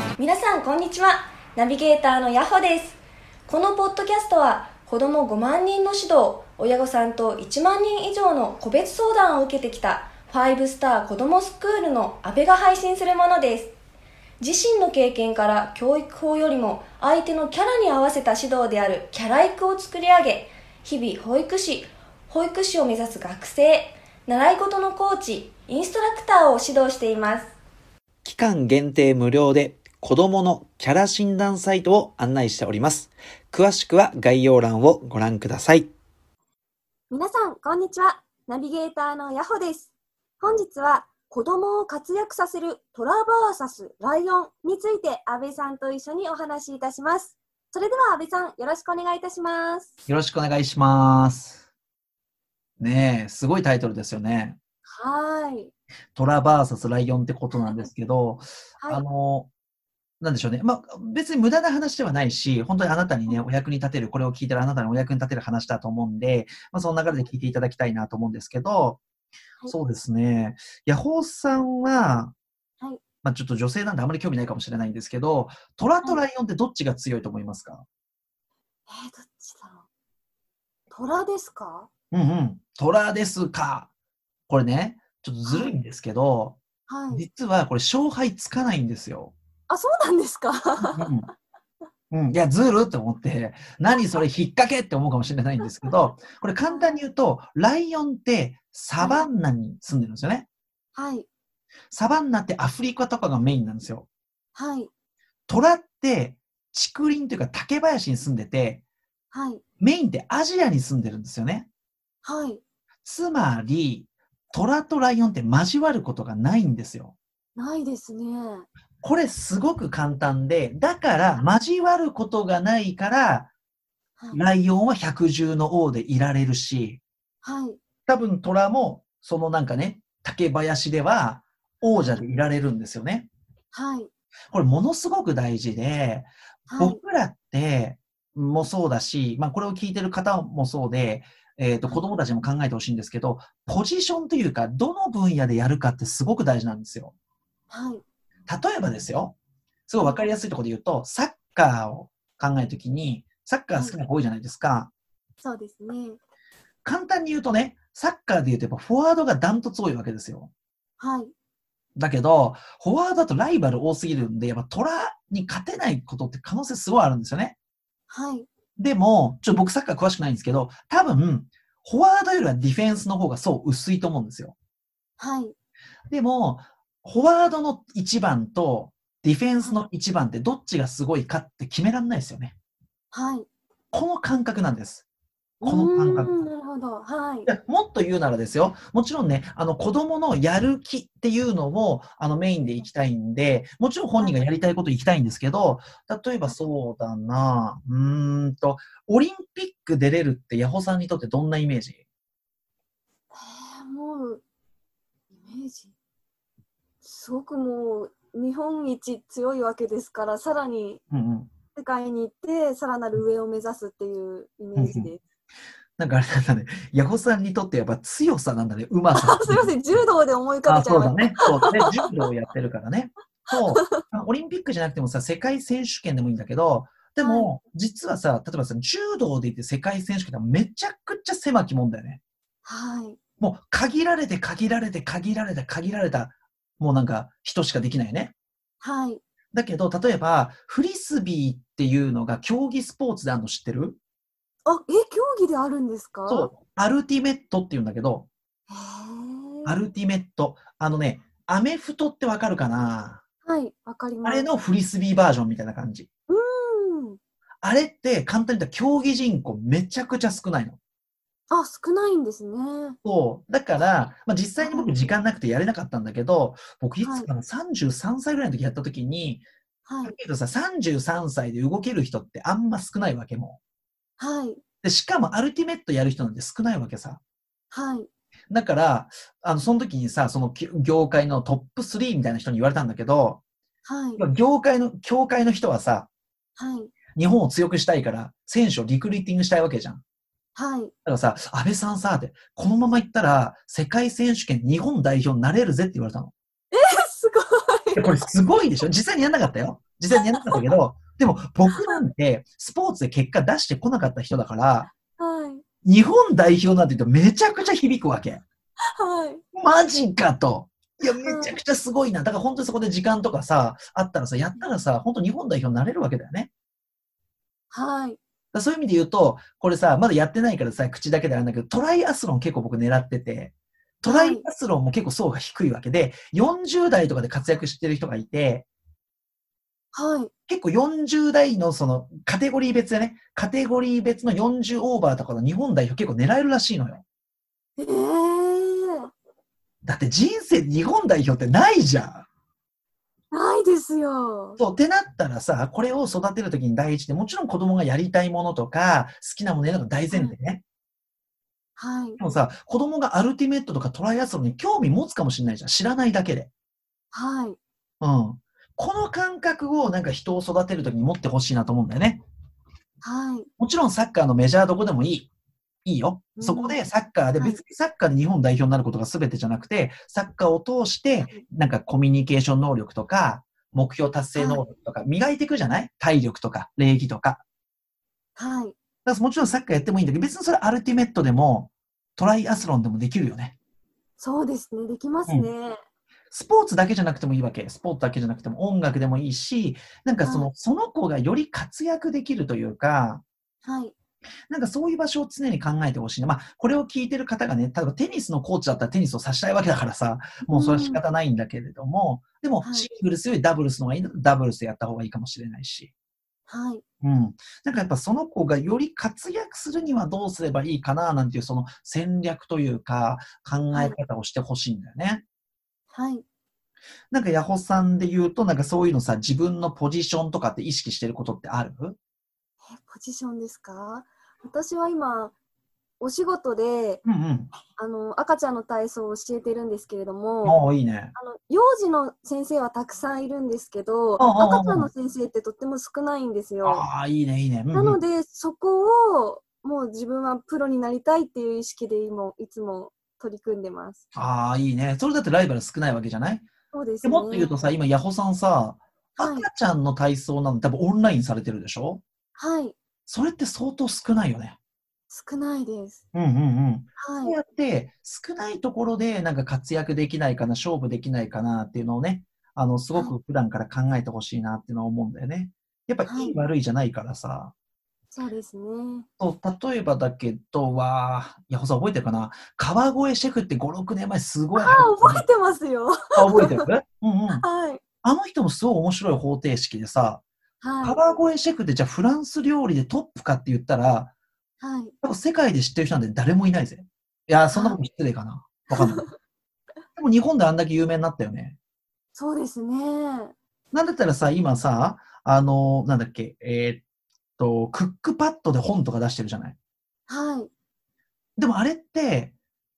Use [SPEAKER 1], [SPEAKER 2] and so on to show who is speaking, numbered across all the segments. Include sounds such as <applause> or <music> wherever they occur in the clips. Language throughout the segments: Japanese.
[SPEAKER 1] こんにちはナビゲーターのヤホですこのポッドキャストは子ども5万人の指導親御さんと1万人以上の個別相談を受けてきた5スター子どもスクールの阿部が配信するものです自身の経験から教育法よりも相手のキャラに合わせた指導であるキャラ育を作り上げ日々保育士保育士を目指す学生習い事のコーチインストラクターを指導しています
[SPEAKER 2] 期間限定無料で子供のキャラ診断サイトを案内しております。詳しくは概要欄をご覧ください。
[SPEAKER 1] 皆さん、こんにちは。ナビゲーターのヤホです。本日は、子供を活躍させるトラバーサスライオンについて、安倍さんと一緒にお話しいたします。それでは安倍さん、よろしくお願いいたします。
[SPEAKER 2] よろしくお願いします。ねえ、すごいタイトルですよね。
[SPEAKER 1] はーい。
[SPEAKER 2] トラバーサスライオンってことなんですけど、あ
[SPEAKER 1] はい。
[SPEAKER 2] の、なんでしょうね。まあ、別に無駄な話ではないし、本当にあなたにね、お役に立てる、これを聞いたらあなたのお役に立てる話だと思うんで、まあ、その流れで聞いていただきたいなと思うんですけど、
[SPEAKER 1] はい
[SPEAKER 2] そうですね。ヤホーさんは、
[SPEAKER 1] はい
[SPEAKER 2] まあ、ちょっと女性なんであまり興味ないかもしれないんですけど、トラとライオンってどっちが強いと思いますか、
[SPEAKER 1] えー、どっちだろう。トラですか
[SPEAKER 2] うんうん。トラですか。これね、ちょっとずるいんですけど、
[SPEAKER 1] はい。
[SPEAKER 2] 実はこれ勝敗つかないんですよ。
[SPEAKER 1] あ、そうなんですか
[SPEAKER 2] うん、いや、ズルって思って、何それ引っ掛けって思うかもしれないんですけど、これ簡単に言うと、ライオンってサバンナに住んでるんですよね。
[SPEAKER 1] はい。
[SPEAKER 2] サバンナってアフリカとかがメインなんですよ。
[SPEAKER 1] はい。
[SPEAKER 2] トラって竹林というか竹林に住んでて、
[SPEAKER 1] はい。
[SPEAKER 2] メインってアジアに住んでるんですよね。
[SPEAKER 1] はい。
[SPEAKER 2] つまり、トラとライオンって交わることがないんですよ。
[SPEAKER 1] ないですね。
[SPEAKER 2] これすごく簡単で、だから交わることがないから、
[SPEAKER 1] はい。
[SPEAKER 2] ライオンは百獣の王でいられるし、
[SPEAKER 1] はい。
[SPEAKER 2] 多分虎も、そのなんかね、竹林では王者でいられるんですよね。
[SPEAKER 1] はい。
[SPEAKER 2] これものすごく大事で、
[SPEAKER 1] はい。
[SPEAKER 2] 僕らって、もそうだし、まあこれを聞いてる方もそうで、えっ、と、子供たちも考えてほしいんですけど、ポジションというか、どの分野でやるかってすごく大事なんですよ。
[SPEAKER 1] はい。
[SPEAKER 2] 例えばですよ、すごいわかりやすいところで言うと、サッカーを考えるときに、サッカー好きな子多いじゃないですか。
[SPEAKER 1] そうですね。
[SPEAKER 2] 簡単に言うとね、サッカーで言うとやっぱフォワードがダントツ多いわけですよ。
[SPEAKER 1] はい。
[SPEAKER 2] だけど、フォワードだとライバル多すぎるんで、やっぱトラに勝てないことって可能性すごいあるんですよね。
[SPEAKER 1] はい。
[SPEAKER 2] でも、ちょっと僕サッカー詳しくないんですけど、多分、フォワードよりはディフェンスの方がそう薄いと思うんですよ。
[SPEAKER 1] はい。
[SPEAKER 2] でも、フォワードの1番とディフェンスの1番ってどっちがすごいかって決められないですよね。
[SPEAKER 1] はい。
[SPEAKER 2] この感覚なんです。この感覚
[SPEAKER 1] うーんなるほど。はい
[SPEAKER 2] い。やもっと言うならですよ、もちろんね、あの子供のやる気っていうのもあのメインでいきたいんで、もちろん本人がやりたいこといきたいんですけど、例えばそうだな、うーんと、オリンピック出れるって、ヤホさんにとってどんなイメージ
[SPEAKER 1] えー、もう、イメージ。すごくもう、日本一強いわけですから、さらに
[SPEAKER 2] うんうん。
[SPEAKER 1] 世界に行って、さらなる上を目指すっていうイメージです。
[SPEAKER 2] なんかあれなんだね、ヤホさんにとってやっぱ強さなんだね、うまさ
[SPEAKER 1] あ。すみません、柔道で思い浮か
[SPEAKER 2] あ、
[SPEAKER 1] べちゃい
[SPEAKER 2] そう
[SPEAKER 1] ました。
[SPEAKER 2] だね。そうだね。柔道をやってるからね。そう。あオリンピックじゃなくてもさ、世界選手権でもいいんだけど、でも、実はさ、例えばさ、柔道で言って世界選手権ってめちゃくちゃ狭きもんだよね。
[SPEAKER 1] はい。
[SPEAKER 2] もう、限られて、限られて、限られた、限られた、もうなんか、人しかできないよね。
[SPEAKER 1] はい。
[SPEAKER 2] だけど、例えば、フリスビーっていうのが競技スポーツであるの知ってる
[SPEAKER 1] あ、え、競技であるんですか
[SPEAKER 2] そう。アルティメットっていうんだけど、
[SPEAKER 1] へー
[SPEAKER 2] アルティメット。あのね、アメフトってわかるかな
[SPEAKER 1] はい、わかりま
[SPEAKER 2] あ
[SPEAKER 1] す。
[SPEAKER 2] れのフリスビーバージョンみたいな感じ。
[SPEAKER 1] うん。
[SPEAKER 2] あれって簡単に言ったら競技人口めちゃくちゃ少ないの。
[SPEAKER 1] あ、少ないんですね。
[SPEAKER 2] そう。だから、まあ、実際に僕時間なくてやれなかったんだけど、僕いつかな33歳ぐらいの時やった時に、
[SPEAKER 1] は
[SPEAKER 2] だ
[SPEAKER 1] い。
[SPEAKER 2] けどさ、33歳で動ける人ってあんま少ないわけも
[SPEAKER 1] はい。
[SPEAKER 2] う。で、しかもアルティメットやる人なんて少ないわけさ。
[SPEAKER 1] はい。
[SPEAKER 2] だから、あの、その時にさ、そのき業界のトップ3みたいな人に言われたんだけど、
[SPEAKER 1] はい。
[SPEAKER 2] 業界の、協会の人はさ、
[SPEAKER 1] はい。
[SPEAKER 2] 日本を強くしたいから、選手をリクルーティングしたいわけじゃん。
[SPEAKER 1] はい。
[SPEAKER 2] だからさ、安倍さんさ、って、このまま行ったら、世界選手権日本代表になれるぜって言われたの。
[SPEAKER 1] すごい。
[SPEAKER 2] いやこれすごいでしょ実際にやんなかったよ。実際にやらなかったけど、でも僕なんてスポーツで結果出してこなかった人だから、
[SPEAKER 3] はい。
[SPEAKER 2] 日本代表なんて言うとめちゃくちゃ響くわけ。
[SPEAKER 3] はい。
[SPEAKER 2] マジかと。いや、めちゃくちゃすごいな。だから本当にそこで時間とかさ、あったらさ、やったらさ、本当日本代表になれるわけだよね。
[SPEAKER 3] はい。
[SPEAKER 2] だからそういう意味で言うと、これさ、まだやってないからさ、口だけであれなんだけど、トライアスロン結構僕狙ってて、トライアスロンも結構層が低いわけで、40代とかで活躍してる人がいて、
[SPEAKER 3] はい。
[SPEAKER 2] 結構40代のそのカテゴリー別でね、カテゴリー別の40オーバーとかの日本代表結構狙えるらしいのよ。
[SPEAKER 3] えー。
[SPEAKER 2] だって人生日本代表ってないじゃん。
[SPEAKER 3] ないですよ。
[SPEAKER 2] そう、ってなったらさ、これを育てるときに第一で、もちろん子供がやりたいものとか、好きなものやるのが大前提ね。
[SPEAKER 3] はい。
[SPEAKER 2] でもさ、子供がアルティメットとかトライアスロンに興味持つかもしれないじゃん。知らないだけで。
[SPEAKER 3] はい。
[SPEAKER 2] うん。この感覚をなんか人を育てるときに持ってほしいなと思うんだよね。
[SPEAKER 3] はい。
[SPEAKER 2] もちろんサッカーのメジャーどこでもいい。いいよ。
[SPEAKER 3] うん
[SPEAKER 2] そこでサッカーで、
[SPEAKER 3] はい
[SPEAKER 2] 別にサッカーで日本代表になることが全てじゃなくて、サッカーを通して
[SPEAKER 3] い、
[SPEAKER 2] なんかコミュニケーション能力とか、目標達成能力とか、磨いていくじゃない体力とか、礼儀とか。
[SPEAKER 3] はい。
[SPEAKER 2] だからもちろんサッカーやってもいいんだけど、別にそれアルティメットでも、トライアスロンでもできるよね。
[SPEAKER 3] そうですね。できますね。
[SPEAKER 2] スポーツだけじゃなくてもいいわけ。スポーツだけじゃなくても音楽でもいいし、なんかその、その子がより活躍できるというか、
[SPEAKER 3] はい。
[SPEAKER 2] なんかそういう場所を常に考えてほしいな。まあ、これを聞いてる方がね、例えばテニスのコーチだったらテニスをさしたいわけだからさ、もうそれは仕方ないんだけれども、でも
[SPEAKER 3] はい
[SPEAKER 2] シングルスよりダブルスの方がいい、ダブルスでやった方がいいかもしれないし。
[SPEAKER 3] はい。
[SPEAKER 2] うん。なんかやっぱその子がより活躍するにはどうすればいいかななんていうその戦略というか考え方をしてほしいんだよね。
[SPEAKER 3] はい。
[SPEAKER 2] なんかヤホさんで言うとなんかそういうのさ自分のポジションとかって意識してることってある
[SPEAKER 3] えポジションですか私は今、お仕事で、
[SPEAKER 2] うんうん。
[SPEAKER 3] あの、赤ちゃんの体操を教えてるんですけれども、
[SPEAKER 2] おーいいね。
[SPEAKER 3] あの、幼児の先生はたくさんいるんですけど、
[SPEAKER 2] ああああ
[SPEAKER 3] 赤ちゃんの先生ってとっても少ないんですよ。
[SPEAKER 2] ああ、いいねいいね。うんうん
[SPEAKER 3] なので、そこを、もう自分はプロになりたいっていう意識で今、いつも取り組んでます。
[SPEAKER 2] ああ、いいね。それだってライバル少ないわけじゃない
[SPEAKER 3] そうです
[SPEAKER 2] で
[SPEAKER 3] ね。
[SPEAKER 2] もっと言うとさ、今ヤホさんさ、
[SPEAKER 3] はい
[SPEAKER 2] 赤ちゃんの体操なの多分オンラインされてるでしょ
[SPEAKER 3] はい。
[SPEAKER 2] それって相当少ないよね。
[SPEAKER 3] 少ないです。
[SPEAKER 2] うんうんうん。こう
[SPEAKER 3] はい。
[SPEAKER 2] やって少ないところでなんか活躍できないかな、勝負できないかなっていうのをね、あの、すごく普段から考えてほしいなっていうのは思うんだよね。やっぱ
[SPEAKER 3] はい
[SPEAKER 2] いい悪いじゃないからさ。
[SPEAKER 3] そうですね。
[SPEAKER 2] そう例えばだけどは、いや、ほさん覚えてるかな川越シェフって5、6年前すごい流行っ
[SPEAKER 3] 覚えてますよ。
[SPEAKER 2] た。あ覚えてるうんうん。
[SPEAKER 3] はい。
[SPEAKER 2] あの人もすごい面白い方程式でさ、
[SPEAKER 3] はい。
[SPEAKER 2] 川越シェフってじゃあフランス料理でトップかって言ったら、
[SPEAKER 3] はい。
[SPEAKER 2] 多分世界で知ってる人なんて誰もいないぜ。いやー、そんなこと失礼かな。わかんない。 <laughs> でも日本であんだけ有名になったよね。
[SPEAKER 3] そうですね。
[SPEAKER 2] なんだったらさ、今さ、あのーなんだっけ、えーっと、クックパッドで本とか出してるじゃない。
[SPEAKER 3] はい。
[SPEAKER 2] でもあれって、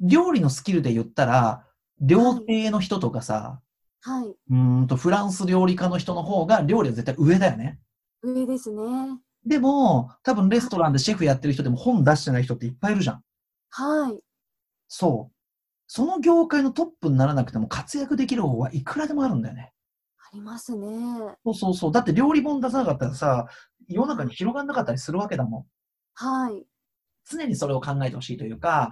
[SPEAKER 2] 料理のスキルで言ったら、料亭の人とかさ、
[SPEAKER 3] はい。
[SPEAKER 2] うーんと、フランス料理家の人の方が料理は絶対上だよね。
[SPEAKER 3] 上ですね。
[SPEAKER 2] でも、多分レストランでシェフやってる人でも本出してない人っていっぱいいるじゃん。
[SPEAKER 3] はい。
[SPEAKER 2] そう。その業界のトップにならなくても活躍できる方はいくらでもあるんだよね。
[SPEAKER 3] ありますね。
[SPEAKER 2] そうそうそう。だって料理本出さなかったらさ、世の中に広がんなかったりするわけだもん。
[SPEAKER 3] はい。
[SPEAKER 2] 常にそれを考えてほしいというか、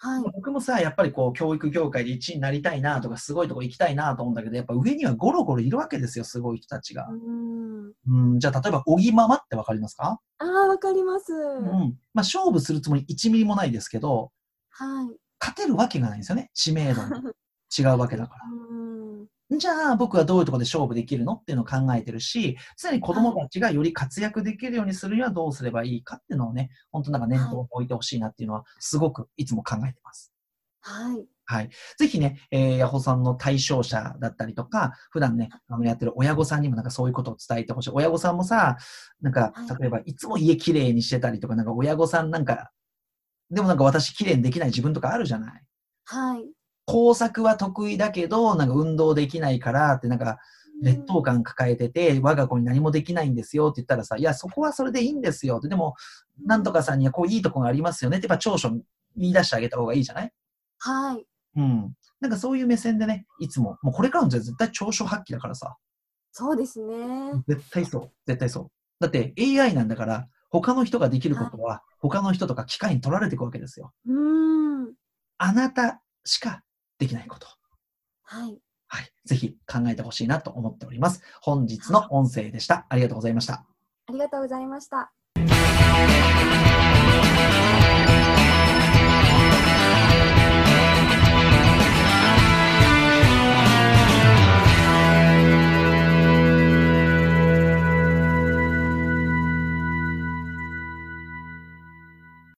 [SPEAKER 3] はい。
[SPEAKER 2] 僕もさ、やっぱりこう、教育業界で1位になりたいなとか、すごいとこ行きたいなと思うんだけど、やっぱ上にはゴロゴロいるわけですよ、すごい人たちが
[SPEAKER 3] う。ん。
[SPEAKER 2] うん、じゃあ例えば、小木ママってわかりますか
[SPEAKER 3] ああ、わかります。
[SPEAKER 2] うん。まあ、勝負するつもり1ミリもないですけど、
[SPEAKER 3] はい。
[SPEAKER 2] 勝てるわけがないんですよね。知名度も違うわけだから。
[SPEAKER 3] うん。
[SPEAKER 2] じゃあ僕はどういうところで勝負できるのっていうのを考えてるし、常に子供たちがより活躍できるようにするにはどうすればいいかっていうのをね、本当なんか念頭に置いてほしいなっていうのは、すごくいつも考えてます。
[SPEAKER 3] はい。
[SPEAKER 2] ぜひね、えー、ヤホさんの対象者だったりとか、普段ね、あのやってる親御さんにもなんかそういうことを伝えてほしい。親御さんもさ、なんか
[SPEAKER 3] はい、
[SPEAKER 2] 例えばいつも家きれいにしてたりとか、なんか親御さんなんか、でもなんか私きれいにできない自分とかあるじゃない
[SPEAKER 3] はい。
[SPEAKER 2] 工作は得意だけど、なんか運動できないからって、なんか劣等感抱えてて、我が子に何もできないんですよって言ったらさ、いや、そこはそれでいいんですよって、でも、なんとかさんにはこういいとこがありますよねって、やっぱ長所見出してあげた方がいいじゃない
[SPEAKER 3] はい。
[SPEAKER 2] うん。なんかそういう目線でね、いつも、もうこれからの時代絶対長所発揮だからさ、
[SPEAKER 3] そうですね。
[SPEAKER 2] 絶対そう。絶対そう。だって AI なんだから、他の人ができることは、他の人とか機械に取られていくわけですよ。
[SPEAKER 3] うーん。
[SPEAKER 2] あなたしかできないこと。
[SPEAKER 3] はい。
[SPEAKER 2] はい。ぜひ考えてほしいなと思っております。本日の音声でした。ありがとうございました。
[SPEAKER 3] ありがとうございました。